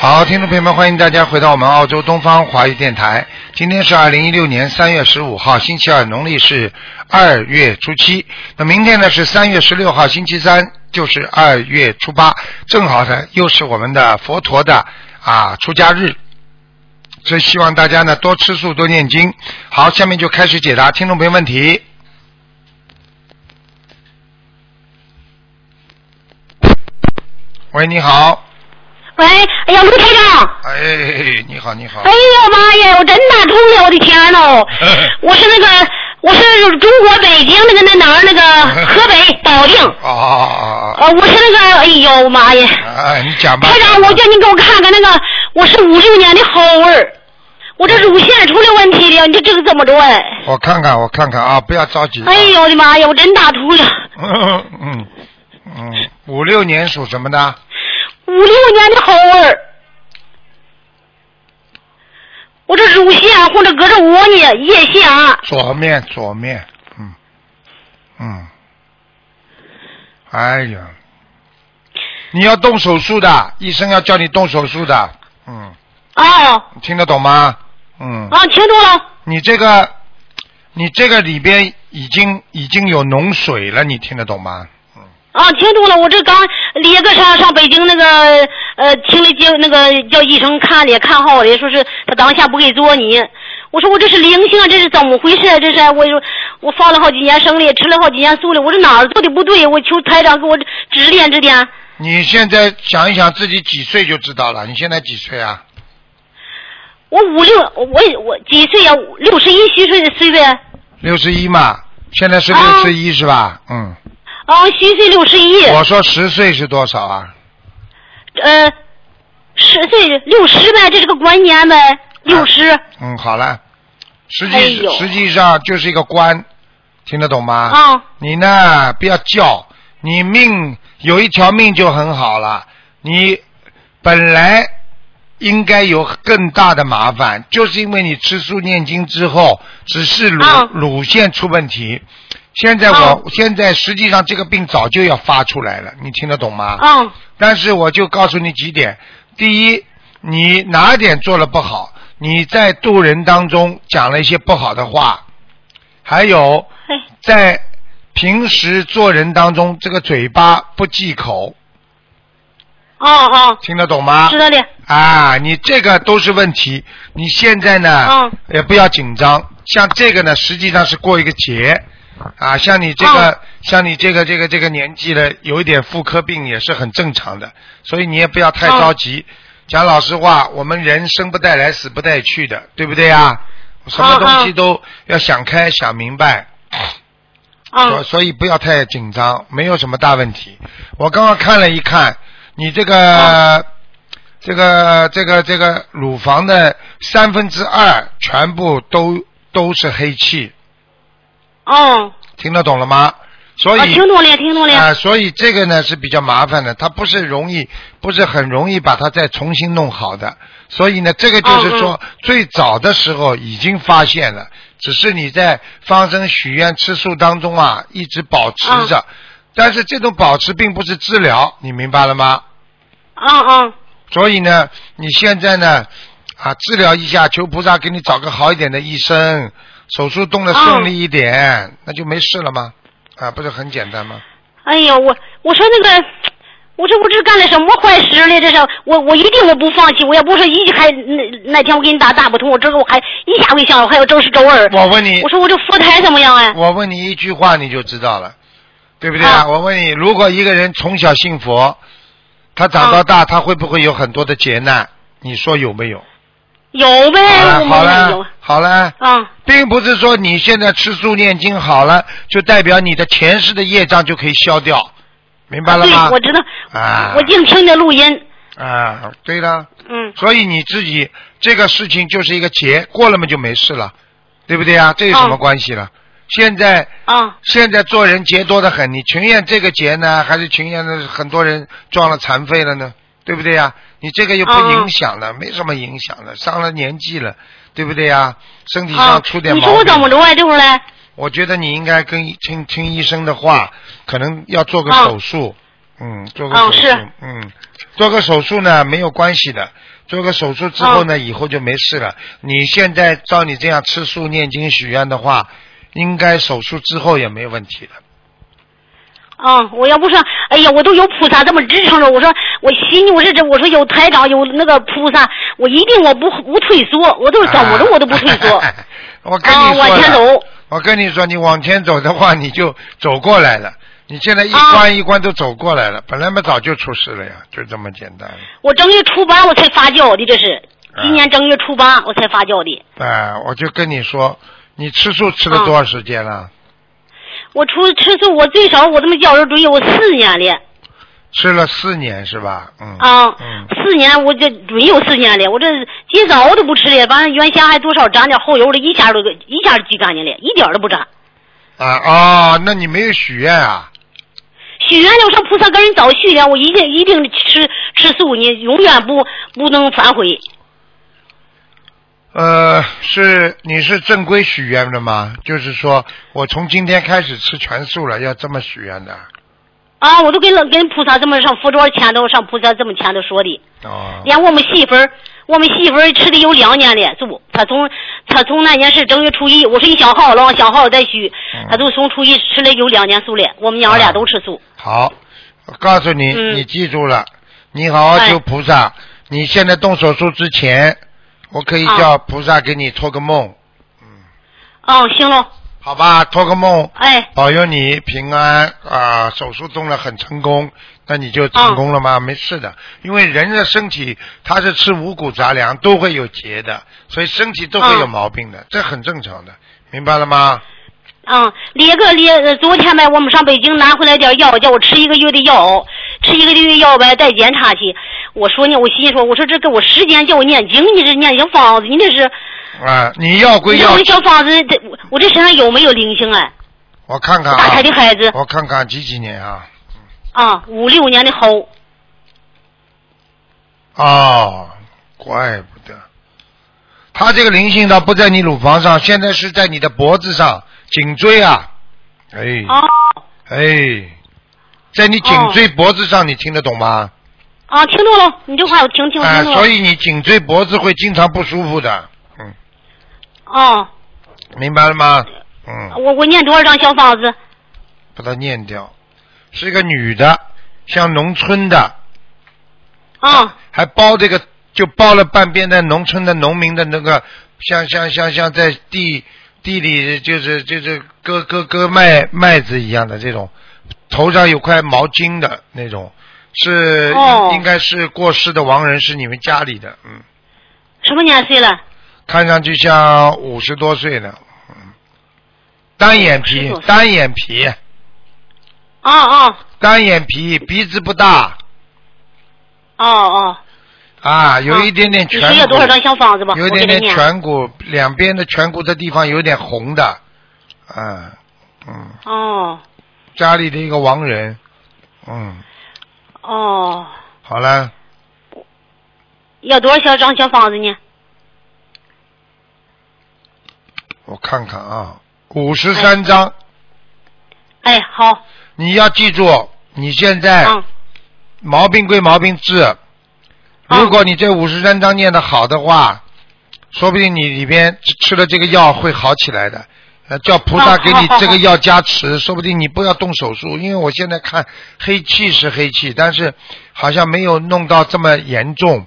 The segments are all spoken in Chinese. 好，听众朋友们，欢迎大家回到我们澳洲东方华语电台。今天是二零一六年三月十五号，星期二，农历是二月初七。那明天呢是三月十六号，星期三，就是二月初八，正好呢又是我们的佛陀的啊出家日。所以希望大家呢多吃素，多念经。好，下面就开始解答听众朋友问题。喂，你好。喂，哎呀，卢台长，哎，你好，你好哎。呀妈呀，我真打通了，我的天 呐！我是那个，我是中国北京那个那哪儿那 个河北保定，哦哦哦呃，我是那个，哎呦妈呀！哦，哎，你讲吧。台长，我叫你给我看看那个，我是五六年的猴儿，我这乳腺出了问题了，你这这个怎么 着哎？我看看，我看看啊，不要着急。哎呦我的妈呀，我真打通了， 嗯嗯嗯，五六年属什么的？五六年的猴儿，我这乳腺或者隔着窝呢，腋下，啊左面，左面，嗯嗯。哎呀，你要动手术的，医生要叫你动手术的，嗯，哦，你听得懂吗？嗯，啊，听懂了。你这个，你这个里边已经已经有脓水了，你听得懂吗？啊，听懂了，我这刚离个上上北京那个呃，听了叫那个叫医生看了，看好了，说是他当下不给做你。我说我这是灵性，啊这是怎么回事？这是我就我放了好几年生了，吃了好几年素了，我这哪儿做的不对？我求台长给我指点指点。你现在想一想自己几岁就知道了。你现在几岁啊？我五六，我也我几岁呀、六十一虚岁的岁呗。六十一嘛，现在是六啊十一是吧？嗯，啊，虚岁六十一，我说十岁是多少啊？呃，十岁六十呗，这是个关年呗，六十。嗯，好了，实哎际、呦实际上就是一个官，听得懂吗？啊你呢，不要叫，你命有一条命就很好了。你本来应该有更大的麻烦，就是因为你吃素念经之后，只是乳、啊乳腺出问题。现在我、啊现在实际上这个病早就要发出来了，你听得懂吗？啊但是我就告诉你几点：第一，你哪点做了不好？你在渡人当中讲了一些不好的话，还有哎，在平时做人当中，这个嘴巴不忌口，啊啊，听得懂吗知？道的。啊，你这个都是问题。你现在呢，嗯也不要紧张。像这个呢，实际上是过一个节，啊，像你这个，嗯像你这个这个这个年纪呢，有一点妇科病也是很正常的，所以你也不要太嗯着急。讲老实话，我们人生不带来，死不带去的，对不对啊？什么嗯东西嗯都要想开、想明白，所啊所以不要太紧张，没有什么大问题。我刚刚看了一看，你这个、啊这个这个这个乳房的三分之二全部都都是黑气，哦，听得懂了吗？所以啊，听懂了，听懂了。啊、所以这个呢是比较麻烦的，它不是容易，不是很容易把它再重新弄好的。所以呢，这个就是说、最早的时候已经发现了，只是你在放生、许愿、吃素当中啊，一直保持着。但是这种保持并不是治疗，你明白了吗？啊啊所以呢，你现在呢，啊，治疗一下，求菩萨给你找个好一点的医生，手术动的顺利一点，那就没事了吗？啊，不是很简单吗？哎呀，我我说那个，我说我这是干了什么坏事了？这是我我一定我不放弃，我也不是一还那那天我给你打打不通，我这个我还一下回想，我还有周是周二。我问你我，说我这佛台怎么样 哎？我问你一句话你就知道了，对不对啊？啊我问你，如果一个人从小信佛，他长到大，他会不会有很多的劫难？你说有没有？有呗，好哎我了，啊好们有了。，好了，啊并不是说你现在吃素念经好了，就代表你的前世的业障就可以消掉，明白了对吗？，我知道，啊我净听着录音，啊，对了，嗯，所以你自己这个事情就是一个劫，过了嘛就没事了，对不对啊？这有什么哦关系了？现在啊现在做人劫多得很，你情愿这个劫呢，还是情愿的很多人撞了残废了呢？对不对呀、你这个又不嗯影响了，没什么影响了，上了年纪了，对不对呀、身体啊上，出点你毛说病，我怎么着哎？这会儿嘞？我觉得你应该跟医听听医生的话，可能要做个嗯手术。嗯，做个嗯手术。是嗯，做个手术呢没有关系的，做个手术之后哦呢，以后就没事了。你现在照你这样吃素、念经、许愿的话，应该手术之后也没问题的。啊、我要不是，哎呀，我都有菩萨这么支撑着，我说我心里我是这，我说有台长有那个菩萨，我一定我不不退缩，我都是怎么着我都不退缩。啊 我跟啊，你说往前了，走，我跟你说，你往前走的话，你就走过来了。你现在一啊关一关都走过来了，本来嘛早就出事了呀，就这么简单。我正月初八我才发酵的，这是啊今年正月初八我才发酵的。啊，我就跟你说，你吃素吃了啊多少时间了？我除吃素，我最少我这么教人主义，我四年了吃了四年是吧？嗯。啊，嗯四年我这准有四年了，我这今早我都不吃了，完了原先还多少沾点后油的，一下都给一下挤干净了，一点儿都不沾。啊哦，那你没有许愿啊？许愿了，我上菩萨跟人早许了，我一定一定吃吃素，你永远不不能反悔。呃，是你是正规许愿的吗？就是说我从今天开始吃全素了，要这么许愿的。啊，我都跟老跟菩萨这么上佛桌前头上菩萨这么前头说的，哦。连我们媳妇儿，我们媳妇儿吃的有两年了，就她从她从那年是正月初一，我说你想好了，想好了再许嗯，她都从初一吃了有两年素了，我们娘儿啊俩都吃素。好，我告诉你，嗯你记住了，你好好求哎菩萨。你现在动手术之前，我可以啊叫菩萨给你托个梦，哦，行了，好吧？托个梦，哎，保佑你平安啊、手术动了很成功，那你就成功了哦吗？没事的，因为人的身体它是吃五谷杂粮都会有结的，所以身体都会有嗯毛病的，这很正常的，明白了吗？嗯，列个列，呃昨天呗，我们上北京拿回来点药，叫我吃一个月的药，吃一个月的药呗，带检查去。我说呢，我心说，我说这给我时间叫我念经，你这念经方子，你这是，啊，你要归你这要我这，小方子，这我我这身上有没有灵性啊？我看看打胎的啊，孩子我看看几几年啊？啊，五六年的猴，哦，怪不得，他这个灵性倒不在你乳房上，现在是在你的脖子上、颈椎啊，哎，啊哎，在你颈椎、脖子上，你听得懂吗？啊，听懂了，你这话我听听啊、听懂所了，以你颈椎、脖子会经常不舒服的，嗯，啊，明白了吗？嗯，我我念多少张小方子？把它念掉。是一个女的，像农村的，啊还包这个，就包了半边的农村的农民的那个，像像像像在地地里就是就是割割割麦麦子一样的这种，头上有块毛巾的那种，是、哦应该是过世的亡人，是你们家里的，嗯，什么年岁了？看上去像五十多岁的，嗯，单眼皮50多，岁单眼皮，啊啊单眼皮，鼻子不大哦哦，啊，有一点点你颧说要骨多少张小方子吧？有我一给点你点念。颧骨，两边的颧骨的地方有点红的，嗯嗯，哦家里的一个亡人，嗯，哦。好了，要多少小张小方子呢？我看看啊，五十三章，哎，好，你要记住，你现在嗯，毛病归毛病治，嗯如果你这五十三章念的好的话，说不定你里边吃吃了这个药会好起来的。呃，叫菩萨嗯给你好好这个好药加持，说不定你不要动手术，因为我现在看黑气是黑气，但是好像没有弄到这么严重，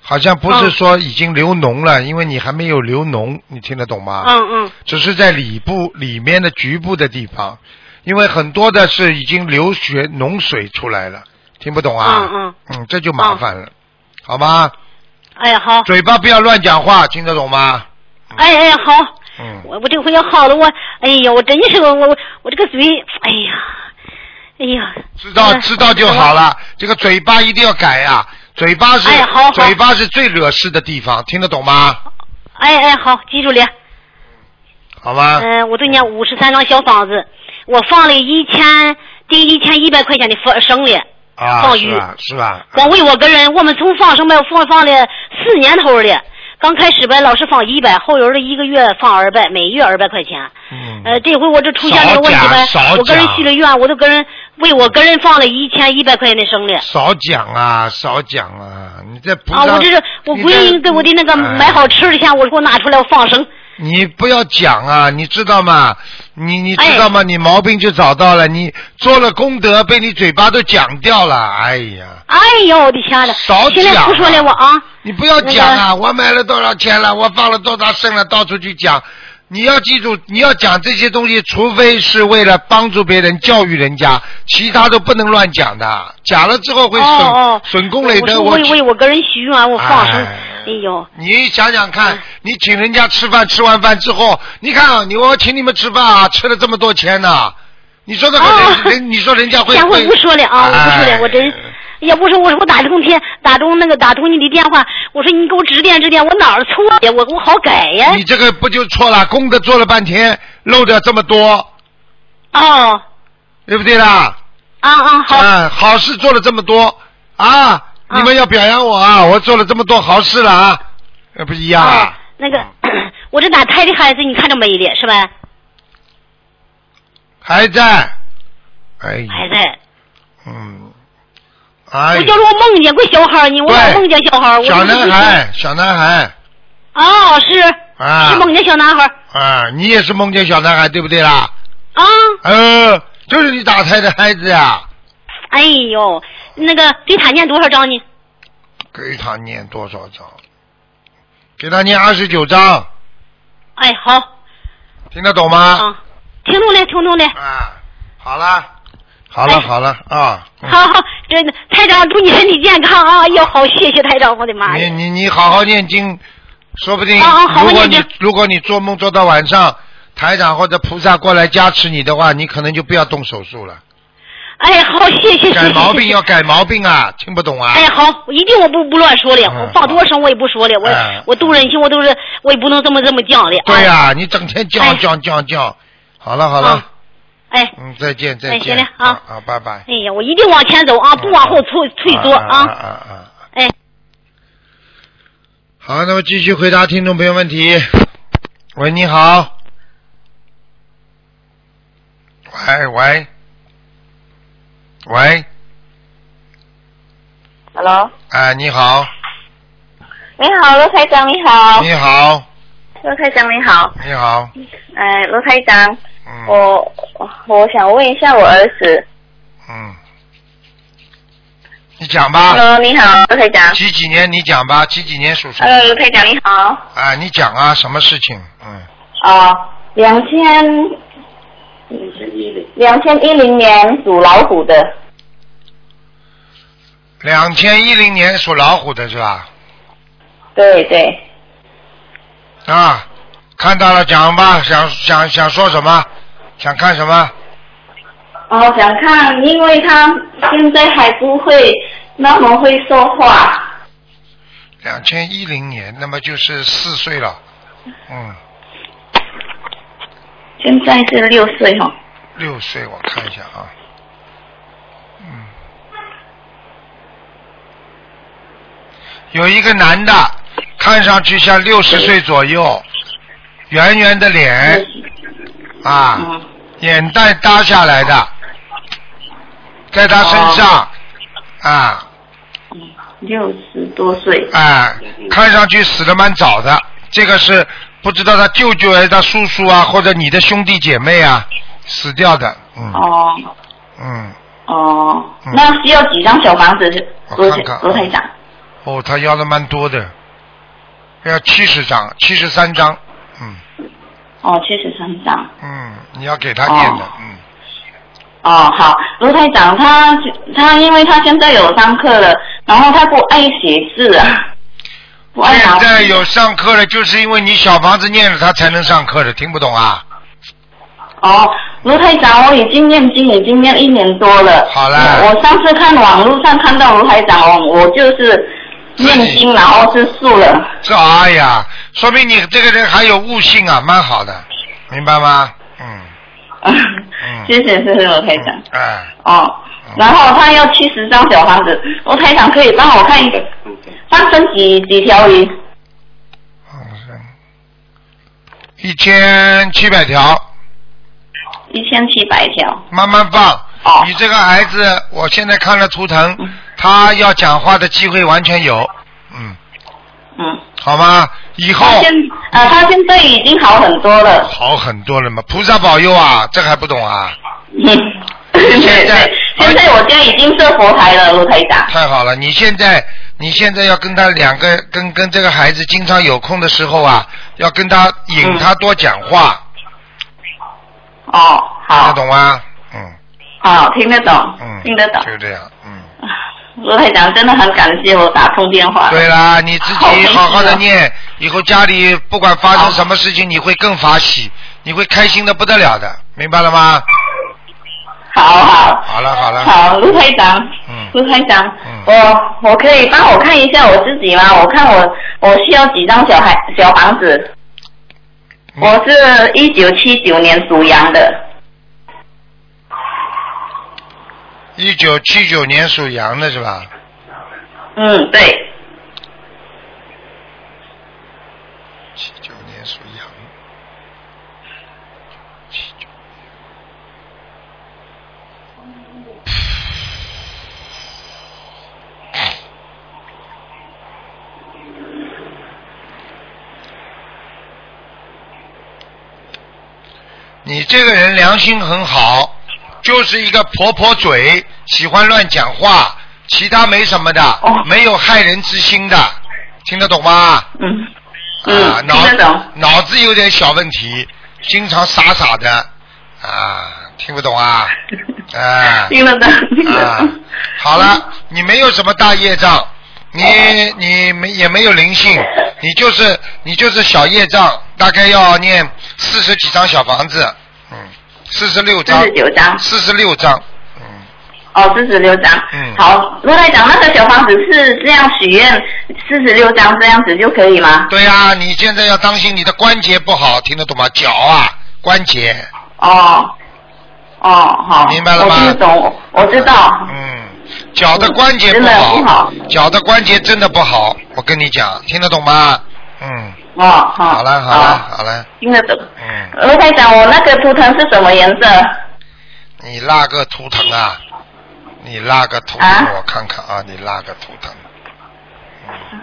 好像不是嗯说已经流脓了，因为你还没有流脓，你听得懂吗？嗯嗯，只是在里部里面的局部的地方，因为很多的是已经流血脓水出来了，听不懂啊？嗯哦嗯这就麻烦了，好吗？哎好，嘴巴不要乱讲话，听得懂吗？哎哎好，嗯，我我这回要好了，我哎呀，我真是我我我这个嘴，哎呀，哎呀，知道哎知道就好。了。这个嘴巴一定要改啊，嘴巴是、哎好好嘴巴是最惹事的地方，听得懂吗？哎哎好，记住了，好吗？嗯、我对念五十三张小方子，我放了一千第一千一百块钱的放生了，啊，放是鱼吧？是吧？哎光为我个人，我们从放生呗，放放了四年头了。刚开始呗，老是放一百，后人的一个月放二百，每月二百块钱。嗯，呃，这回我这出现这个问题呗少讲少，我跟人讲许了愿，我都跟人为我跟人放了一千一百块钱的生的。少讲啊，少讲啊，你这不啊，我这是我你闺女给我的那个哎买好吃的钱，我给我拿出来我放生。你不要讲啊，你知道吗？你你哎知道吗？你毛病就找到了，你做了功德被你嘴巴都讲掉了，哎呀，哎呦，我的天呐！少现在讲啊不说了我啊，你不要讲啊！我买了多少钱了？我放了多少生了？到处去讲。你要记住，你要讲这些东西，除非是为了帮助别人、教育人家，其他都不能乱讲的。讲了之后会损、哦哦损功累我德。说我为为我跟人许愿，我放生。哎哎呦，你想想嗯看，你请人家吃饭，吃完饭之后，你看啊，你我请你们吃饭啊，吃了这么多钱呢、你说那个人、哦人，你说人家会下回会不说了啊，我不说哎了，我真。也不是，我说我打通天，打通那个打通你的电话，我说你给我指点指点，我哪儿错呀？我我好改呀。你这个不就错了？功德做了半天，漏掉这么多，哦，对不对啦？啊啊好，嗯，好事做了这么多啊！嗯你们要表扬我啊！我做了这么多好事了啊，呃，不一样哎啊！，那个 我这打胎的孩子，你看着没的是吧？还在，哎，还在，嗯，哎我，叫着我梦见过小孩儿呢，我老对梦见小孩儿，我小就男。孩，小男孩哦，是是啊梦见小男孩儿啊！你也是梦见小男孩对不对啦？啊。呃，就是你打胎的孩子呀、哎呦，那个给他念多少章呢？给他念多少章？给他念二十九章，哎，好听得懂吗？啊，听懂了，听懂了。啊，好了，好了，嗯哎好了啊！嗯好好，真的，台长，祝你身体健康啊！哎呦，好，谢谢台长，我的妈你呀！你你好好念经，说不定啊啊好好如果念你经如果你做梦做到晚上，台长或者菩萨过来加持你的话，你可能就不要动手术 了。哎，好，谢谢，谢改谢。毛病谢谢要改毛病啊，听不懂啊？哎，好，我一定我不不乱说了，嗯我放多少声我也不说了，我、哎我度人心，我都是我也不能这么这么犟的。对啊呀、你整天叫哎叫叫叫，好了好了，啊哎，嗯，再见再哎见，行了啊啊，拜拜。哎呀，我一定往前走啊，不往后退退缩啊啊啊！啊啊！啊哎，好，那么继续回答听众朋友问题。喂，你好。喂喂喂， Hello，哎，你好，你好，罗台长，你好，你好，罗台长你好，你好，哎，罗台长，嗯哦我我想问一下我儿子嗯，你讲吧，呃，Hello，你好，罗台长几几年你讲吧，几几年属什么？呃，Hello，罗台长你好，啊，你讲啊，什么事情？嗯，哦，两千两千一零年属老虎的，两千一零年属老虎的是吧？对对，啊，看到了，讲吧，想想想说什么？想看什么？哦，想看，因为他现在还不会那么会说话，两千一零年，那么就是四岁了，嗯，现在是六岁哈、哦，六岁，我看一下啊，嗯，有一个男的，看上去像六十岁左右，圆圆的脸，啊，嗯眼袋耷下来的，在他身上，啊，六十多岁，哎，看上去死的蛮早的，这个是不知道他舅舅还是他叔叔啊，或者你的兄弟姐妹啊，死掉的，嗯、哦。嗯，哦嗯，那需要几张小房子？我罗看看啊罗台长，哦，他要的蛮多的，要七十张，七十三张，嗯哦，七十三张。嗯，你要给他念的，哦嗯，哦，好，罗台长他他因为他现在有上课了，然后他不爱写 字啊，不爱拿现在有上课了，就是因为你小房子念了，他才能上课的，听不懂啊？哦，卢台长，我已经念经已经念一年多了。好嘞我我上次看网络上看到卢台长，我我就是念经，然后吃素了。这哎呀，说明你这个人还有悟性啊，蛮好的，明白吗？嗯， 谢谢谢谢罗台长。嗯哎。哦，然后他要七十张小房子，我台长可以帮我看一个，放生几几条鱼？一千七百条，一千七百条。慢慢放。哦嗯你这个孩子，我现在看了图腾，他要讲话的机会完全有，嗯，嗯，好吗？以后他现啊，他现在已经好很多了。好很多了嘛，菩萨保佑啊，这还不懂啊？嗯，对现在对， 现在我家已经设佛台了，卢台长。太好了，你现在你现在要跟他两个跟跟这个孩子经常有空的时候啊，要跟他引嗯他多讲话，哦，听好得，懂吗？嗯好，听得懂，嗯，听得懂。就这样，嗯。卢台长真的很感谢我打通电话。对啦，你自好开己心啊好好的念，以后家里不管发生什么事情，你会更发喜，你会开心的不得了的，明白了吗？好好好了好了，好，卢台长，嗯卢台长，嗯我我可以帮我看一下我自己吗？我看我我需要几张小孩小房子？嗯我是一九七九年属羊的，一九七九年属羊的是吧？嗯，对，七九年属羊，七九你这个人良心很好，就是一个婆婆嘴，喜欢乱讲话，其他没什么的，哦没有害人之心的，听得懂吗？嗯啊嗯，，脑听得懂，脑子有点小问题，经常傻傻的，啊，听不懂啊， 啊听得懂，哎听得啊懂，，好了，你没有什么大业障，你你没也没有灵性，你就是你就是小业障，大概要念四十几张小房子，嗯，四十六 四张十，九张。四十六张，嗯，哦，四十六张。嗯好，卢台长，那个小房子是这样许愿，四十六张这样子就可以吗？对呀、你现在要当心你的关节不好，听得懂吗？脚啊，关节，哦，哦，好，明白了吗我听得懂，我知道。嗯，脚的关节不真的不好脚的关节真的不好，我跟你讲，听得懂啊吗？嗯，哦，好。好了好了啊好了，听得懂。嗯，卢台长，我那个图腾是什么颜色？你拉个图腾啊，你拉个图腾，啊我看看啊，你拉个图腾，嗯，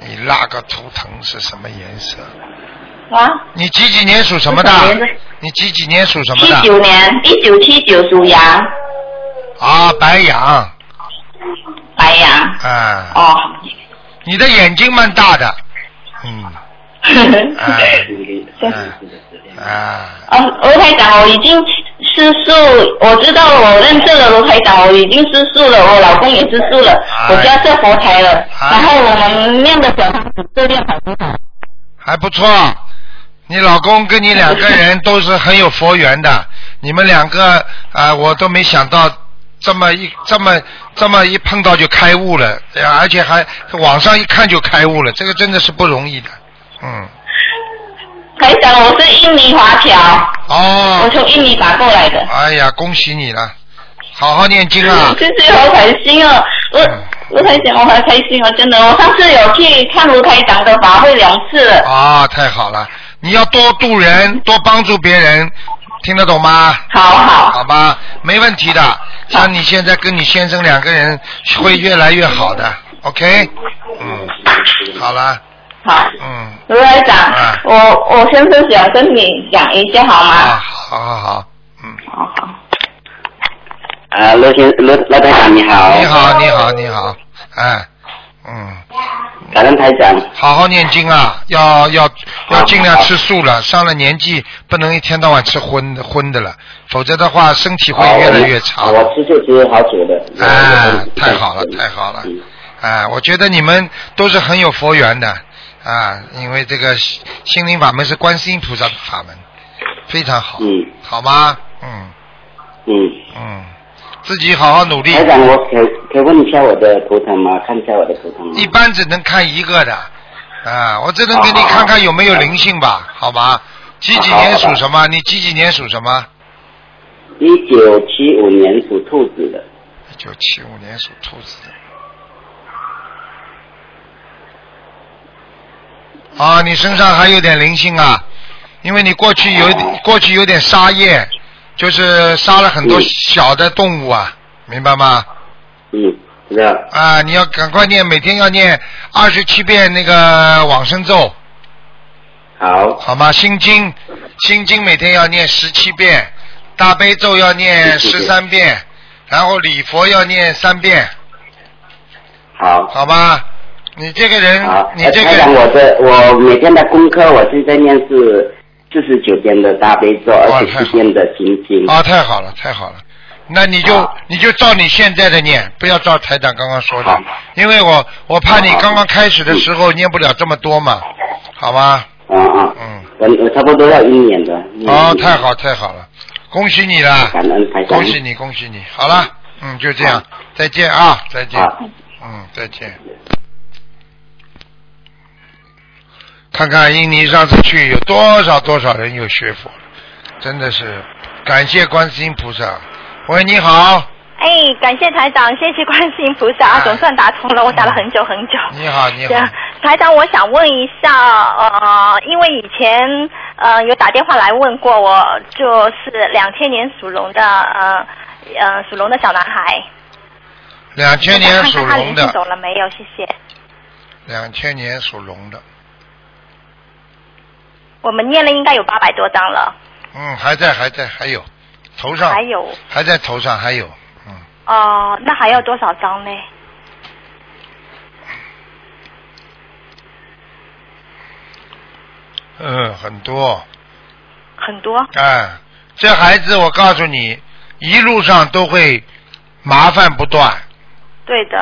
你拉个图腾是什么颜色？啊，你几几年属什么的是什么颜色？你几几年属什么七的？九年，一九七九属羊，啊，白羊，白羊。啊，哦，你的眼睛蛮大的，嗯， 啊啊。啊哦，卢台长，我已经吃素，我知道了，我认识了卢台长，我已经吃素了，我老公也吃素了，哎我家设佛台了，哎然后我们念的小房子质量好不好？还不错。你老公跟你两个人都是很有佛缘的，你们两个啊、呃我都没想到这么一这么这么一碰到就开悟了，呃而且还网上一看就开悟了，这个真的是不容易的。嗯，台长，我是印尼华侨，我哦，从印尼打过来的，哎呀，恭喜你了，好好念经啊。真是好开心哦！我嗯卢台长，我好开心哦，真的，我上次有去看卢台长的法会两次了。啊，太好了，你要多度人，多帮助别人，听得懂吗？好好，好吧，没问题的。像你现在跟你先生两个人会越来越好的，OK？嗯，好了，好，嗯，卢台长，啊我我先生想跟你讲一下好吗？啊，好好好，嗯，好好。啊，罗先罗罗台长你好，你好，你好，你好，哎，嗯，感恩台长，好好念经啊，要要要好尽量好吃素了，上了年纪不能一天到晚吃荤的荤的了，否则的话身体会好越来越差哦我。我吃素吃好久了，哎我太好了太好了嗯哎，我觉得你们都是很有佛缘的啊，因为这个心心灵法门是观世音菩萨的法门，非常好，嗯好吗？嗯嗯，嗯，自己好好努力台，长，我可可以问一下我的图腾吗？看一下我的图腾吗？一般只能看一个的啊，我只能给你好好好看看有没有灵性吧，好吗？几几好好年好属什么？你几几年属什么？一九七五年属兔子的，一九七五年属兔子的。啊，你身上还有点灵性啊，因为你过去有过去有点杀业，就是杀了很多嗯小的动物啊，明白吗？嗯，知道，啊，你要赶快念，每天要念二十七遍那个往生咒，好，好吗？心经，心经每天要念十七遍，大悲咒要念十三遍，然后礼佛要念三遍，好，好吗？你这个人好，，嗯你呃这台长个，我的我每天的功课，我现在念是四十九遍的大悲咒，哇二太好十七遍的心经。啊，哦太好了，太好了。那你就好你就照你现在的念，不要照台长刚刚说的好，因为我我怕你好好嗯刚刚开始的时候念不了这么多嘛，好吗？啊啊，嗯，我我差不多要一年了。哦，嗯太，好太好了，恭喜你啦！感恩台长。恭喜你，恭喜你！好了，嗯，就这样，再见啊，再见，好，嗯，再见。看看印尼上次去有多少多少人有学佛，真的是感谢观世音菩萨。喂，你好，哎，感谢台长，谢谢观世音菩萨，哎啊，总算打通了，我打了很久很久。你好，哎你好对，啊台长，我想问一下，呃，因为以前呃有打电话来问过我，就是两千年属龙的呃呃属龙的小男孩，两千年属我想看看他龙灵性走的，了没有？谢谢。两千年属龙的，我们念了应该有八百多张了，嗯，还在，还在，还有，头上还有还在头上，还有，嗯，哦、那还要多少张呢？嗯，很多，很多。哎，这孩子，我告诉你，一路上都会麻烦不断。对的，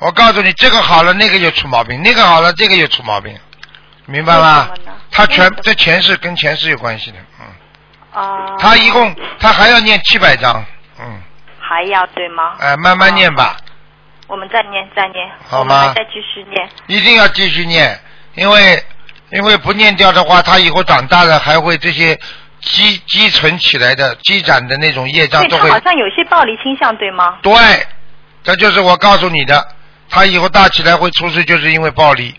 我告诉你，这个好了，那个又出毛病；那个好了，这个又出毛病，明白吗为什么呢？他全为什么这前世跟前世有关系的，嗯，啊、他一共他还要念七百章，嗯，还要对吗？哎，慢慢念吧，我们再念再念，好我吗们还再继续念。一定要继续念，因为因为不念掉的话，他以后长大了还会这些积积存起来的积攒的那种业障对都他会好像有些暴力倾向，对吗？对，这就是我告诉你的，他以后大起来会出事，就是因为暴力。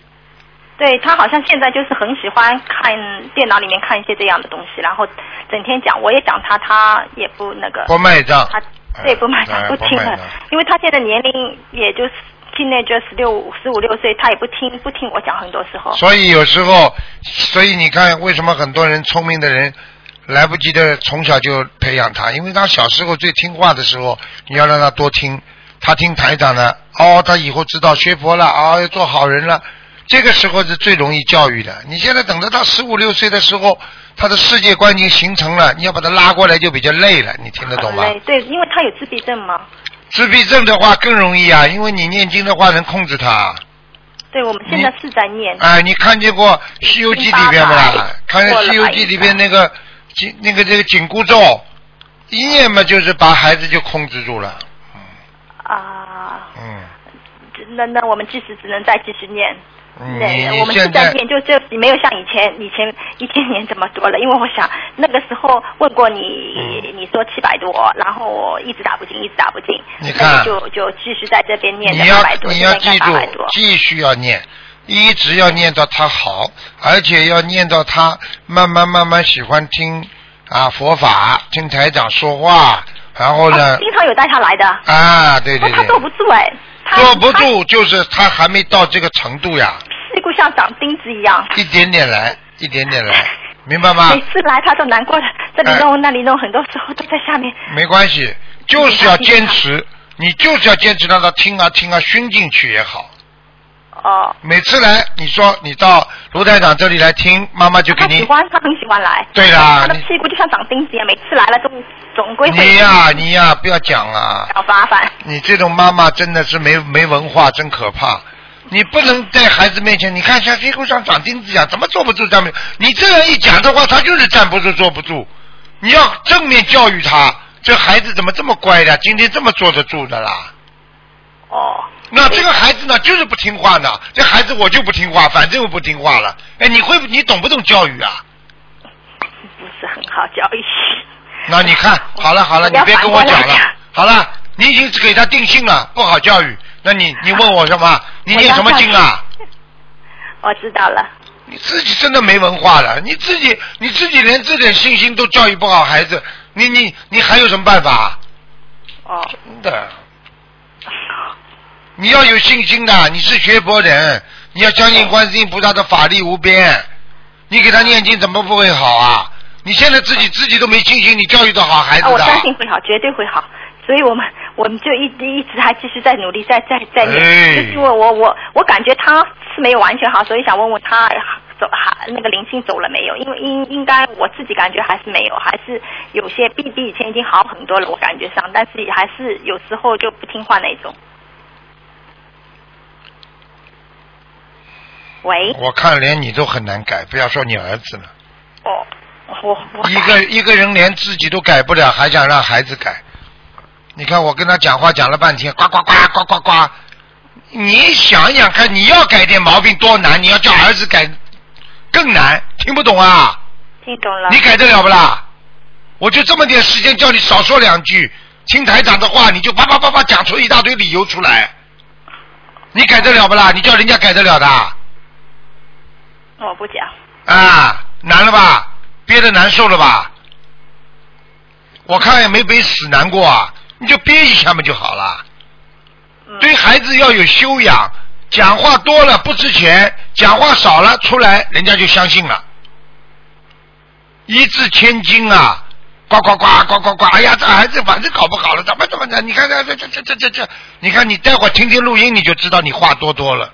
对他好像现在就是很喜欢看电脑里面看一些这样的东西，然后整天讲，我也讲他，他也不那个，不卖账。他啊对不买哎他不不听啊买了账，因为他现在年龄也就是 teenager 十六十五六岁，他也不听不听我讲，很多时候所以有时候，所以你看，为什么很多人聪明的人来不及的从小就培养他？因为他小时候最听话的时候，你要让他多听，他听台长的，哦，他以后知道学佛了，哦，要做好人了。这个时候是最容易教育的。你现在等着他十五六岁的时候，他的世界观已经形成了，你要把他拉过来就比较累了。你听得懂很吗？哦累。呃对，因为他有自闭症嘛。自闭症的话更容易啊，因为你念经的话能控制他。对，我们现在是在念，哎，你看见过《西游记》里边不明啦白？看见《西游记》里边那个紧那个这个紧箍咒，一念嘛就是把孩子就控制住了。啊、嗯，那那我们即使只能再继续念。嗯你对，我你们是现在在念，就就没有像以前以前一千年这么多了，因为我想那个时候问过嗯你，你说七百多，然后我一直打不进，一直打不进，你看那就就继续在这边念你两要百多，你要现记在应该住800多，继续要念，一直要念到他好，而且要念到他慢慢慢慢喜欢听啊佛法，听台长说话，然后啊呢经常有带他来的，啊，对不对过他对坐，不住哎，他坐不他住就是他还没到这个程度呀。屁股像长钉子一样，一点点来，一点点来，明白吗每？次来他都难过的，这里啊哎弄那里弄，很多时候都在下面，没关系，就是要坚持，你就是要坚持让他听啊听啊熏进去也好。哦，每次来，你说你到卢台长这里来听，妈妈就给他喜你。欢，他很喜欢来，对啦他，的你屁股就像长钉子一样，每次来了总总归会你呀、你呀、不要讲了，找麻烦。你这种妈妈真的是没没文化，真可怕。你不能在孩子面前，你看像屁股上长钉子一样，怎么坐不住站不住？你这样一讲的话，他就是站不住坐不住。你要正面教育他，这孩子怎么这么乖的？今天这么坐得住的啦？哦，那这个孩子呢，就是不听话呢。这孩子我就不听话，反正我不听话了。哎，你会不你懂不懂教育啊？不是很好教育。 那你看，好了好了，我你要别跟我反过讲来了讲。好了，你已经给他定性了，不好教育。那你你问我什么？你念什么经啊？我知道了，你自己真的没文化了，你自己你自己连这点信心都教育不好孩子，你你你还有什么办法？哦，真的，你要有信心的，你是学佛人，你要相信观世音菩萨的法力无边，你给他念经怎么不会好啊？你现在自己自己都没信心，你教育得好孩子啊，我的？相信会好，绝对会好。所以我们我们就一直一直还继续在努力，在在在练。哎就是因为我我我感觉他是没有完全好，所以想问问他走还那个灵性走了没有？因为应应该我自己感觉还是没有，还是有些比比以前已经好很多了，我感觉上，但是还是有时候就不听话那种。喂，我看连你都很难改，不要说你儿子了。哦，我 我一个一个人连自己都改不了，还想让孩子改？你看我跟他讲话讲了半天，呱呱呱呱呱呱。你想想看，你要改点毛病多难，你要叫儿子改更难，听不懂啊？听懂了你，改得了不啦？我就这么点时间叫你少说两句，听台长的话，你就叭叭叭叭讲出一大堆理由出来，你改得了不啦？你叫人家改得了的？哦我不讲。啊，难了吧？憋得难受了吧？我看也没比死难过啊，你就憋一下嘛就好了。嗯对孩子要有修养，讲话多了不值钱，讲话少了出来人家就相信了。一掷千金啊！呱呱呱呱呱呱！哎呀，这孩子反正搞不好了，怎么怎么的？你看这这这这这这这，你看你待会儿听听录音，你就知道你话多多了。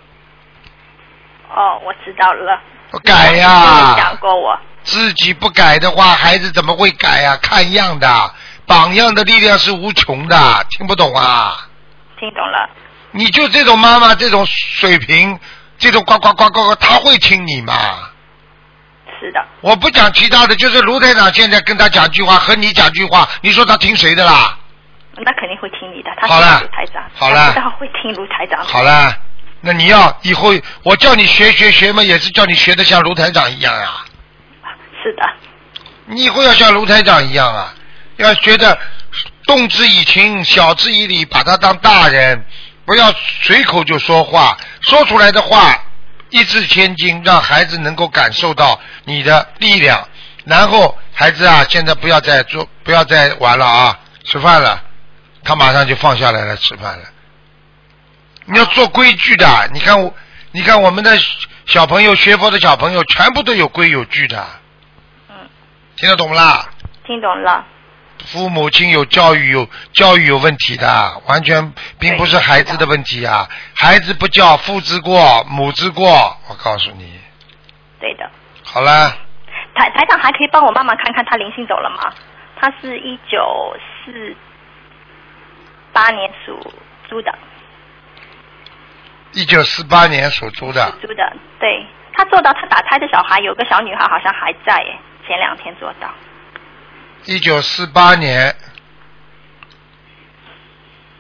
哦，我知道了。我改呀、你讲过我。自己不改的话，孩子怎么会改啊？看样的，榜样的力量是无穷的，听不懂啊？听懂了，你就这种妈妈这种水平，这种呱呱呱呱呱，他会听你吗？是的，我不讲其他的，就是卢台长现在跟他讲句话，和你讲句话，你说他听谁的啦？那肯定会听你的。他好了是卢台长，好了他会听卢台长。好了，那你要以后我叫你学学学嘛，也是叫你学的像卢台长一样啊。是的，你以后要像卢台长一样啊，要学着动之以情，晓之以理，把他当大人，不要随口就说话，说出来的话一掷千金，让孩子能够感受到你的力量。然后孩子啊，现在不要再做，不要再玩了啊，吃饭了，他马上就放下来了，吃饭了。你要做规矩的，你看我，你看我们的小朋友学佛的小朋友，全部都有规有矩的。听得懂不啦？嗯听懂了，父母亲有教育有教育有问题的，完全并不是孩子的问题啊！孩子不教，父之过，母之过。我告诉你，对的。好了，台台长还可以帮我妈妈看看她灵性走了吗？她是一九四八年属猪的，啊一九四八年属猪的，属猪的，对。她做到她打胎的小孩有个小女孩好像还在耶，前两天做到。一九四八年，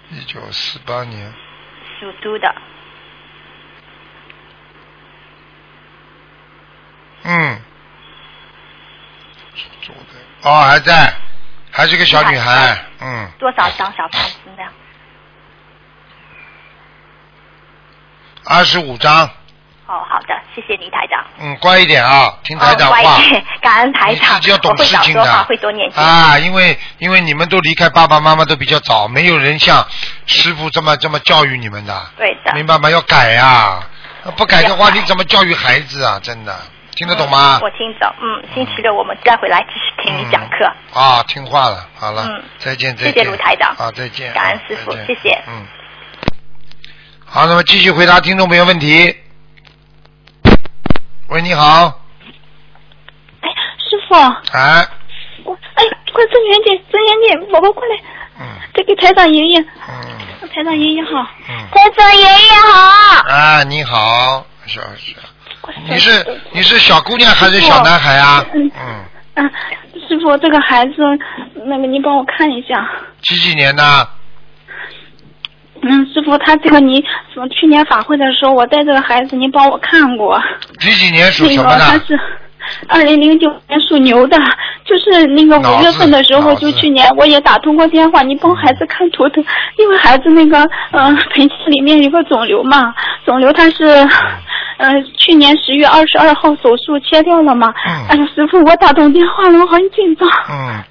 一九四八年，属猪的，嗯，属猪的，哦，还在，还是个小女还孩在，嗯，多少张小房子呢？二十五张，哦，好的，谢谢你台长。嗯，乖一点啊，听台长哦话。乖一点 感恩台长，你自己要我懂会事少情说的话，会多念经。啊，因为因为你们都离开爸爸妈妈都比较早，没有人像师傅这么这么教育你们的，对的，明白吗？要改啊，不改的话要改你怎么教育孩子啊？真的听得懂吗？我听懂，啊嗯，星期六我们再回来继续听你讲课。嗯啊，听话了，好了，嗯再见，再谢见，谢卢台长啊，再见，感恩师傅再见谢谢嗯，好，那么继续回答听众朋友问题。喂，你好，哎，师傅，哎，我哎，快增援点，增援点，宝宝过来，嗯这个台长爷爷，嗯台长爷爷好，嗯，台长爷爷好，啊，你好，小小。你是你是小姑娘还是小男孩啊？嗯嗯，啊，师傅，这个孩子，那个您帮我看一下，几几年呢？嗯，师傅，他这个您什么去年法会的时候，我带这个孩子，您帮我看过，几几年属那什个么他的？是二零零九年属牛的，就是那个脑五子月份的时候，脑子就去年我也打通过电话，你帮孩子看图腾，因为孩子那个嗯盆腔里面有个肿瘤嘛，肿瘤它是嗯、呃去年十月二十二号手术切掉了嘛。嗯哎呀，师傅，我打通电话了，我很紧张。嗯，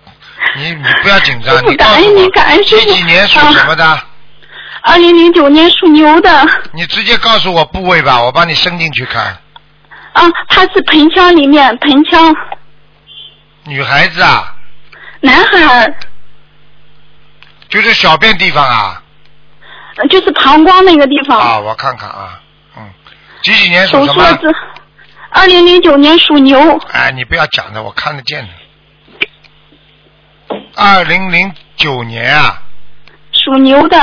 你你不要紧张师，傅你告感诉恩我您感恩几师傅几年属什么的？二零零九年属牛的你直接告诉我部位吧，我帮你伸进去看。啊，他是盆腔里面盆腔，女孩子啊，男孩儿就是小便地方啊。呃就是膀胱那个地方。啊，我看看啊，嗯，几几年属手什术了么？之，二零零九年属牛，哎，你不要讲的，我看得见的。二零零九年啊，属牛的，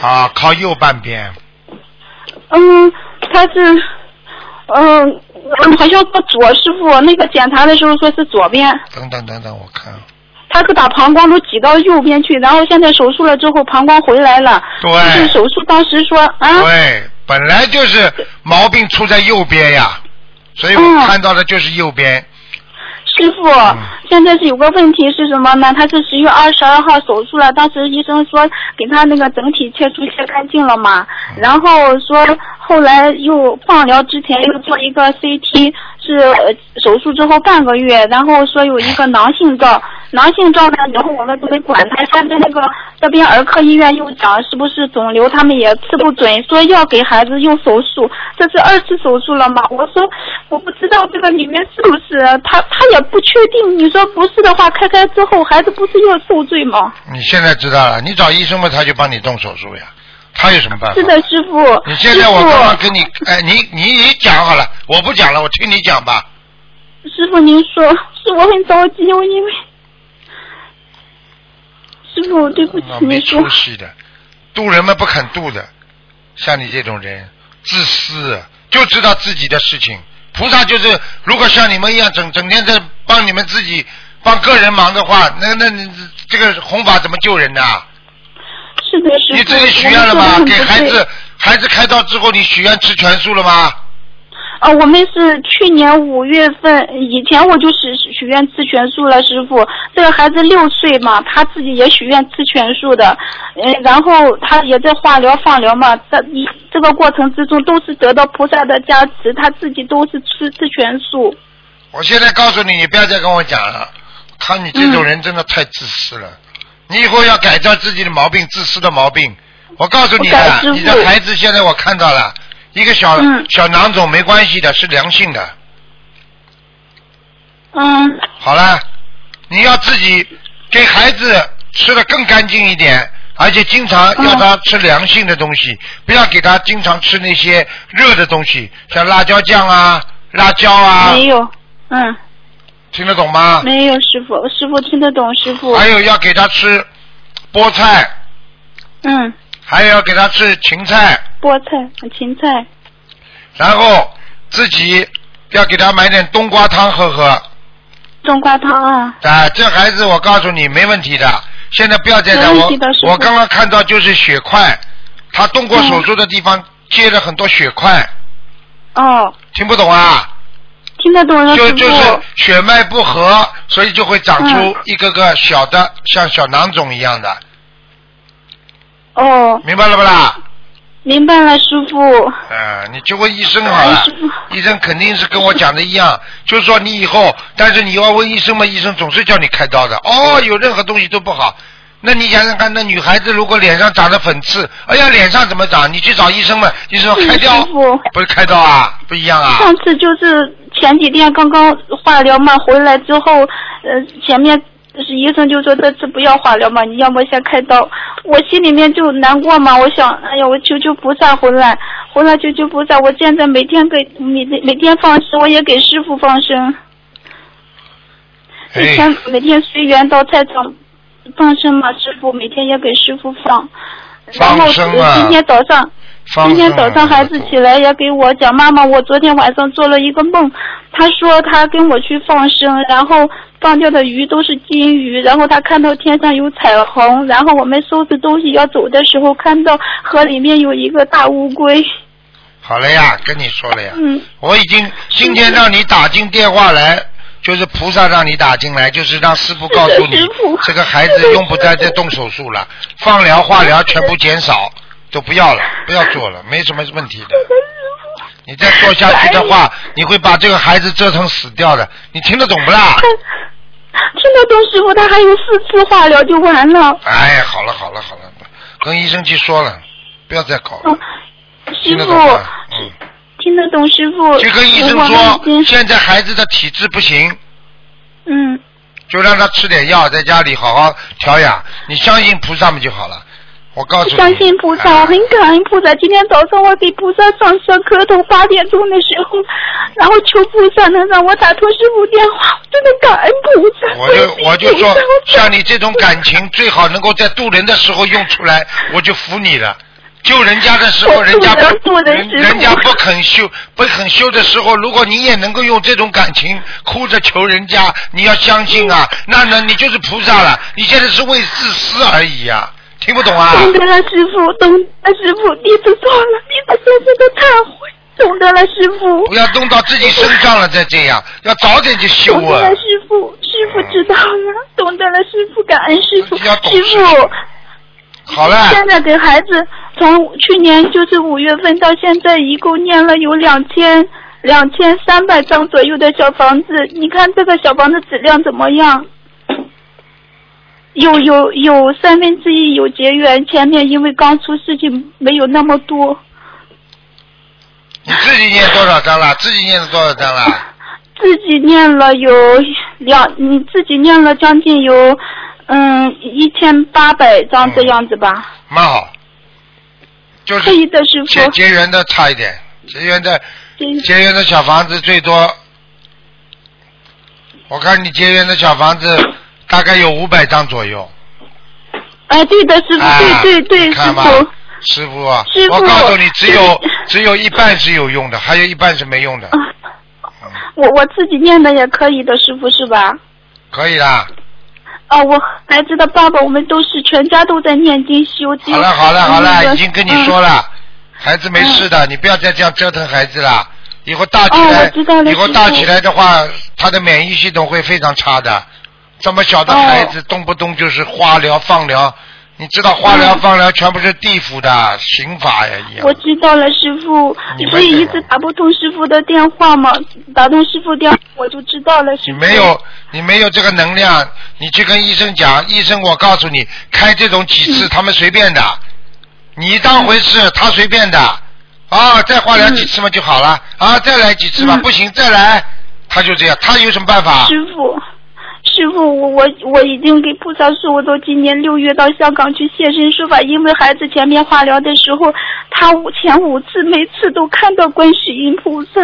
啊，靠右半边，嗯，他是，嗯，好像说左师傅那个检查的时候说是左边，等等等等，我看，啊他是把膀胱都挤到右边去，然后现在手术了之后膀胱回来了，对就是手术当时说啊，对，本来就是毛病出在右边呀，所以我嗯看到的就是右边。师傅，现在是有个问题是什么呢？他是十月二十二号手术了，当时医生说给他那个整体切除切干净了嘛，然后说后来又放疗之前又做一个 CT，是呃手术之后半个月，然后说有一个囊性灶，囊性灶呢，以后我们都没管他，现在那个这边儿科医院又讲是不是肿瘤，他们也吃不准，说要给孩子用手术，这是二次手术了嘛？我说我不知道这个里面是不是他，他也不确定。你说不是的话，开开之后孩子不是又受罪吗？你现在知道了，你找医生嘛，他就帮你动手术呀，他有什么办法？是的，师傅，你师现在傅，我刚刚跟你，哎，你你你讲好了，我不讲了，我听你讲吧。师傅您说，是我很着急，我因为师傅对不起那，嗯没你说出息的，渡人们不肯渡的，像你这种人，自私，就知道自己的事情。菩萨就是，如果像你们一样整整天在帮你们自己帮个人忙的话，那那那这个弘法怎么救人呐、是的，师傅，你自己许愿了吗我？们给做得孩很不对子孩子开刀之后，你许愿吃全素了吗？啊，我们是去年五月份以前我就是许愿吃全素了，师傅。这个孩子六岁嘛，他自己也许愿吃全素的，嗯，然后他也在化疗、放疗嘛，这一这个过程之中都是得到菩萨的加持，他自己都是吃吃全素。我现在告诉你，你不要再跟我讲了。看你这种人真的太自私了，你以后要改掉自己的毛病，自私的毛病。我告诉你我改的，师傅你的孩子现在我看到了，一个小、嗯小囊肿没关系的，是良性的。嗯，好了，你要自己给孩子吃的更干净一点，而且经常要嗯他吃良性的东西，不要给他经常吃那些热的东西，像辣椒酱啊、辣椒啊，没有，嗯，听得懂吗？没有，师傅，师傅听得懂，师傅，还有要给他吃菠菜，嗯，还有要给他吃芹菜，菠菜、芹菜，然后自己要给他买点冬瓜汤喝喝。冬瓜汤啊，啊，这孩子我告诉你没问题的，现在不要再讲我没问题的师，傅我刚刚看到就是血块，他动过手术的地嗯方接了很多血块，哦，听不懂啊？嗯听得懂了，就师傅，就是血脉不和，所以就会长出嗯一个个小的像小囊肿一样的，哦，明白了不啦？明白了，师傅。啊，你去问医生好了哎师，傅医生肯定是跟我讲的一样， 就是说你以后，但是你要问医生嘛，医生总是叫你开刀的。哦，嗯有任何东西都不好。那你想想看，那女孩子如果脸上长了粉刺，哎呀，脸上怎么长？你去找医生嘛，医生说开嗯刀师傅，不是开刀啊，不一样啊。上次就是前几天刚刚化疗嘛，回来之后，呃，前面是医生就说这次不要化疗嘛，你要么先开刀。我心里面就难过嘛，我想，哎呀，我求求菩萨回来，回来求求菩萨。我现在每天给每每天放生，我也给师傅放生，以哎，前每天随缘到菜场放生嘛，师傅每天也给师傅放。然放后生啊今天早上，放今天松早上孩子起来也给我讲，妈妈，我昨天晚上做了一个梦，他说他跟我去放生，然后放掉的鱼都是金鱼，然后他看到天上有彩虹，然后我们收拾东西要走的时候，看到河里面有一个大乌龟。好了呀，跟你说了呀，嗯，我已经今天让你打进电话来，就是菩萨让你打进来，就是让师傅告诉你 师傅，这个孩子用不着再动手术了，放疗、化疗全部减少，都不要了，不要做了，没什么问题的。你再做下去的 话，你会把这个孩子折腾死掉的，你听得懂不啦？听得懂师傅，他还有四次化疗就完了。哎，好了好了好了，跟医生去说了，不要再搞了嗯，师听得傅懂吗？嗯。听得懂师傅。去跟医生我们已说，经现在孩子的体质不行，嗯，就让他吃点药，在家里好好调养。你相信菩萨们就好了。我告诉你，相信菩萨，哎我很感恩菩萨。今天早上我给菩萨上香磕头，八点钟的时候，然后求菩萨能让我打通师傅电话，我真的感恩菩萨。我 就我就说感恩，菩萨像你这种感情，最好能够在渡人的时候用出 来，我就服你了。救人家的时候，我人家不渡人渡人人人家不肯修，不肯修的时候，如果你也能够用这种感情哭着求人家，你要相信啊，嗯那呢你就是菩萨了。你现在是为自私而已呀、听不懂啊？懂得了，师傅，懂得了，师傅，弟子错了，弟子深深的忏悔，懂得了，师傅不。要弄到自己身上了，再 这样，要早点去修懂得啊了，。师傅，师傅知道了，懂得了，师傅，感恩师傅，要懂师事情傅。好了，现在给孩子从去年就是五月份到现在，一共念了有两千两千三百张左右的小房子。你看这个小房子质量怎么样？有有有三分之一有结缘，前面因为刚出事情没有那么多，你自己念多少章了？自己念了多少章了？ 自己念了有两，你自己念了将近有嗯一千八百张这样子吧，蛮好，就可以是的，师傅。嗯结结缘的差一点，结缘的这一结缘的小房子最多，我看你结缘的小房 子大概有五百张左右。哎，对的，师傅，啊对对对，你师看吧傅。师傅啊，师傅我告诉你，只有对只有一半是有用的，还有一半是没用的，嗯啊， 我我自己念的也可以的，师傅是吧？可以啦。啊，我孩子的爸爸，我们都是全家都在念经修经。好嗯了好了好那了，个已经跟你说。了，嗯孩子没事的，你不要再这样折腾孩子了。以后大起来哦我知道，了以后师大傅起来的话，他的免疫系统会非常差的。这么小的孩哦子，动不动就是化疗、放疗，你知道化疗、放疗全部是地府的刑法呀一嗯嗯我样。知道了，师傅你，们所以一这直个打不通师傅的电话嘛，打通师傅电话我就知道了。你师傅没有，啊你没有这个能量，你去跟医生讲，医生我告诉你，开这种几嗯次他们随便的，你当回事，他随便的，啊，再化疗几次嘛就好了，啊，再来几次吧，嗯不行再来，他就这样，他有什么办法？师傅，师傅，我我我已经给菩萨说，我都今年六月到香港去现身说法，因为孩子前面化疗的时候，他五前五次每次都看到观世音菩萨。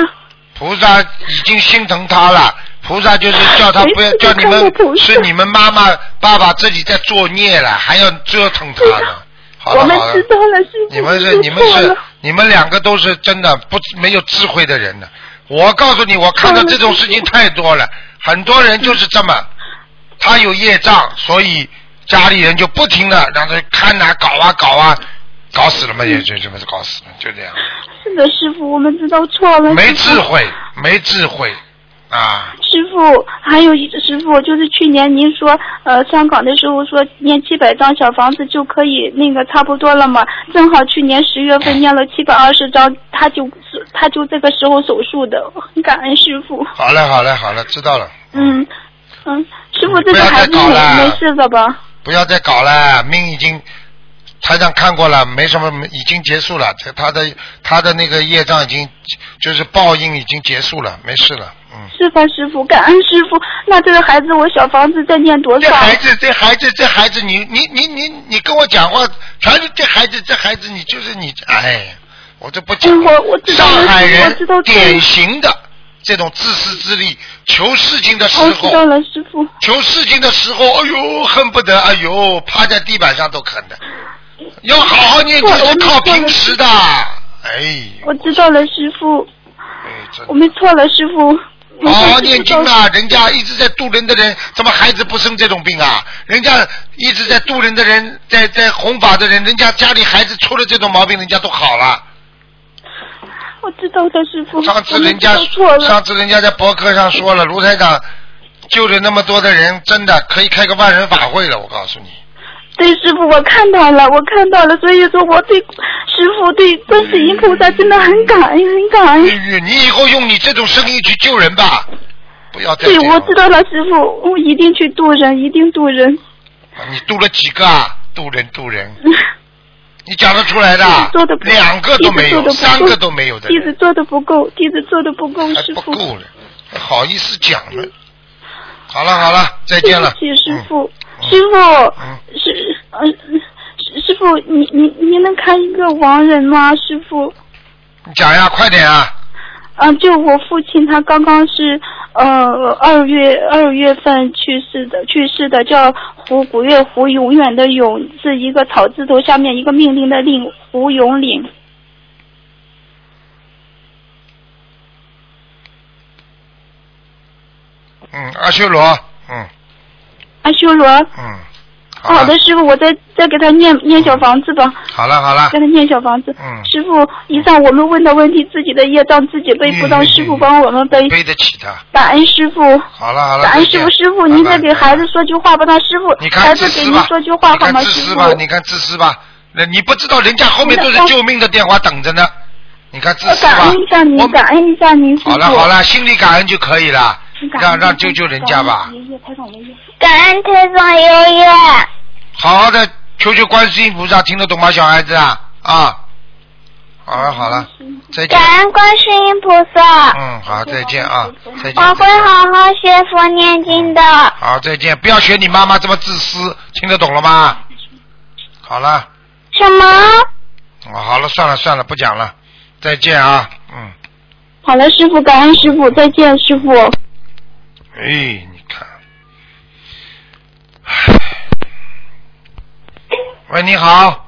菩萨已经心疼他了，菩萨就是哎叫他不要没事叫你看们到菩萨是你们妈妈爸爸自己在作孽了，还要折腾他呢。好了我们好了知，道了，师傅，你们是知你们错是 了你们两个都是真的不没有智慧的人呢。我告诉你，我看到这种事情太多了，很多人就是这么，他有业障，所以家里人就不停的让他看呐、搞啊搞啊，搞死了嘛，也就这么搞死了，就这样，是的，师傅，我们知道错了，没师傅智。慧，没智慧啊！师傅，还有一师傅，就是去年您说，呃，香港的时候说念七百张小房子就可以那个差不多了嘛，正好去年十月 份念了七百二十张，他就是他就这个时候手术的，很感恩师傅。好了好了好了，知道了，嗯嗯，师傅，你不这个要孩再子搞没了没事的吧？不要再搞了，命已经台长看过了，没什么，已经结束了。这他的他的那个业障已经就是报应已经结束了，没事了。嗯，是吧，师傅？感恩师傅。那这个孩子，我小房子再念多这少？孩子，这孩子，这孩子，你你你你你跟我讲话，全是这孩子，这孩子，你就是你，哎，我这不讲了。嗯我我知道上了海我人知道典型的这种自私自利，求事情的时候我哦知，道了，师傅。求事情的时候，哎呦，恨不得哎呦，趴在地板上都啃的。要好好念经我是我靠我平时的。哎，我知道了，师傅，哎真我们错了，师傅。好好我念知经道啊！人家一直在渡人的人，怎么孩子不生这种病啊？人家一直在渡人的人，在在弘法的人，人家家里孩子出了这种毛病，人家都好了。我知道的，师傅。上次人家我们知道错了，上次人家在博客上说了，卢台长救了那么多的人，真的可以开个万人法会了。我告诉你，对师傅，我看到了，我看到了，所以说我对师傅对观世音菩萨真的很感恩，很感恩。你你以后用你这种声音去救人吧，不要再对这，样我知道了，师傅，我一定去渡人，一定渡人。你渡了几个啊？渡人渡人，你讲得出来的弟子嗯做的？不啊两个都没弟子做有，得不够三个都没有的弟子人，做的不够，弟子做的不够，还师不傅。够了，还好意思讲了。好了好了，再见了。对不起，师嗯傅，嗯师嗯傅，师，呃，师师傅，你你您能看一个亡人吗？师傅，你讲呀，快点啊！嗯、就我父亲，他刚刚是呃二月二月份去世的，去世的叫胡古月胡永远的永是一个草字头下面一个命令的令，胡永岭。嗯，阿修罗，嗯阿修罗，嗯，好好了的，师傅，我再再给他念念小房子吧，好了好了给，他念小房子。啊嗯，师傅，以上我们问的问题，自己的业障自己背，不让师傅帮我们背。嗯背得起他。感恩师傅，好了好了，感恩再师见傅，师傅您拜拜再给孩子说句话吧，让师傅你孩看子自给私您吧，说句话你好看吗，自师私傅？吧，你看自私吧，那你不知道人家后面都是救命的电话等着呢，你看自我私感吧恩一下。我您，感恩一下您，师傅。好 了好了，心里感恩就可以了，感恩让让救救人家吧，感恩推广爷爷，好好的求求观世音菩萨，听得懂吗，小孩子啊啊，好了好了，嗯再见感，恩观世音菩萨，嗯好再见啊，嗯再见嗯我，会好好学佛念经的。好再见，不要学你妈妈这么自私，听得懂了吗？嗯好了，什么？嗯好了算了算了，不讲了，再见啊，嗯。好了，师傅，感恩师傅，再见，师傅。哎，你看，唉喂，你好，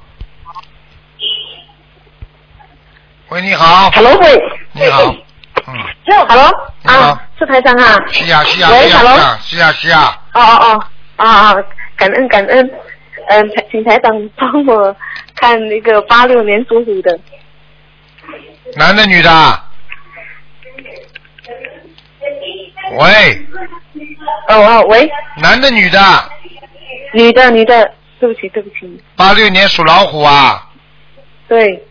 喂，你好， Hello，喂。你好，嗯， Hello。你好啊，是台长啊。是呀，是呀，喂是呀， ，Hello 是啊呀，是呀，是呀，哦哦哦，啊啊，感恩感恩，嗯、请台长帮我看那个八六年属虎的男的女的啊？喂，哦哦，喂，男的女的？女的女的，对不起对不起，八六年属老虎啊，对，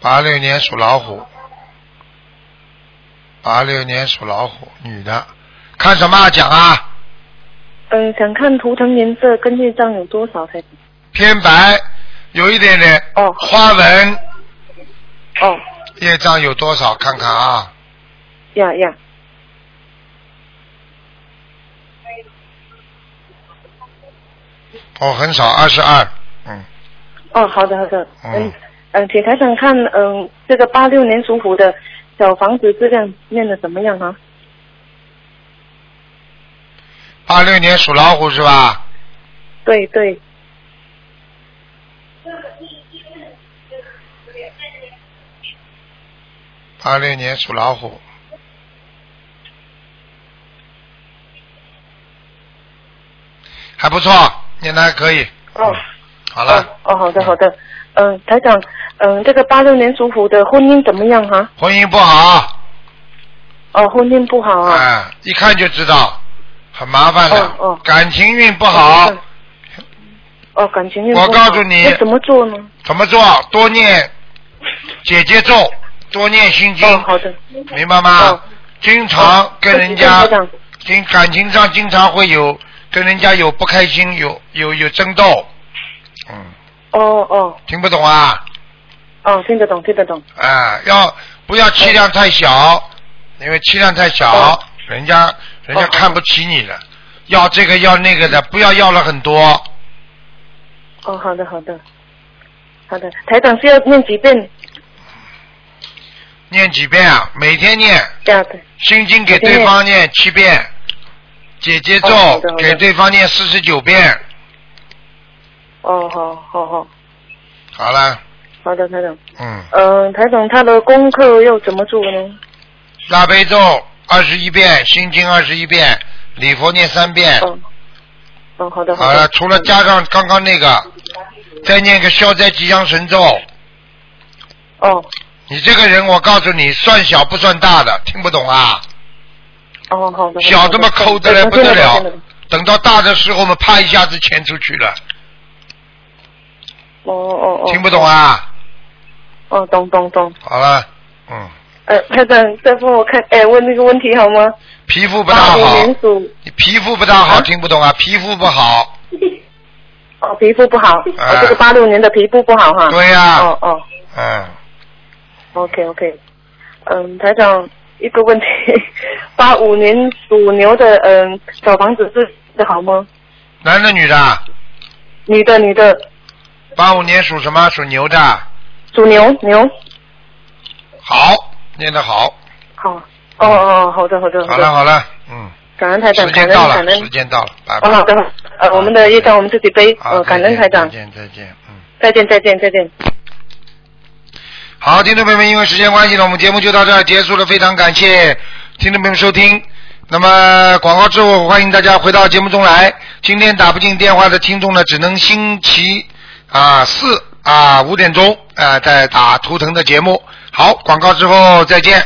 八六年属老虎，八六年属老虎，女的，看什么啊讲啊？嗯、想看图腾颜色跟业障有多少才偏白，有一点点哦花纹，哦业障有多少？看看啊，呀呀，哦，很少，二十二，嗯，哦好的好的，嗯嗯嗯，请台长看嗯、这个八六年属虎的小房子质量念的怎么样啊？八六年属老虎是吧？对对，八六年属老虎，还不错，念的还可以。哦。嗯好了，哦，哦好的好的，嗯、台长，嗯、这个八六年属虎的婚姻怎么样哈、婚姻不好，哦，婚姻不好啊。哎，一看就知道，很麻烦的，哦哦感情运不好，嗯哦，感情运我不好告诉你那怎么做呢？怎么做？多念姐姐咒，多念心经，哦，好的。明白吗？哦经常跟人家对对对台长经感情上经常会有跟人家有不开心，有有有争斗，嗯，哦哦听不懂啊？哦，听得懂听得懂。啊，要不要气量太小？因为气量太小哦，人家人家哦看不起你了。要这个要那个的，不要要了很多。哦，好的好的，好的。台长是要念几遍？念几遍啊？每天念这样的。心经给每天对念方念七遍，姐姐咒哦好的好的给对方念四十九遍，哦，好好好好了，好的，台长。嗯，嗯，台长，他的功课要怎么做呢？大悲咒二十一遍，心经二十一遍，礼佛念三遍，嗯，嗯，好的，哎好了，的。除了加上刚刚那个，再念个消灾吉祥神咒。哦，你这个人，我告诉你，算小不算大的，听不懂啊？哦，好的。小好他妈抠得来嗯不得听了懂。等到大的时候，我们啪一下子潜出去了，哦哦哦。听不懂？啊？哦，懂懂懂。好了，嗯，呃，台长，再帮我看，哎，问那个问题好吗？皮肤不大八好零，年属，你皮肤不大好，听不懂啊？皮肤不好，哦，皮肤不好，哎哦，这个八六年的皮肤不好哈。对呀哦哦嗯， ，OK OK，嗯，台长，一个问题， 八五年属牛的，嗯，小房子是的好吗？男的女的？女的，女的，八五年属什么？属牛的，属牛，牛，好，念得好，好，哦哦，哦好的好的好了好的，好了，嗯，感恩台长，时感间恩到感了，恩时，间到了，拜哦拜。好的，呃，我们的业障我们自己背，好，呃，感再恩见台长再，见再见，嗯。再见再见再见。好，听众朋友们，因为时间关系呢，我们节目就到这儿结束了，非常感谢听众朋友们收听。那么广告之后，欢迎大家回到节目中来。今天打不进电话的听众呢，只能星期啊四啊五点钟啊、呃再打图腾的节目。好，广告之后再见。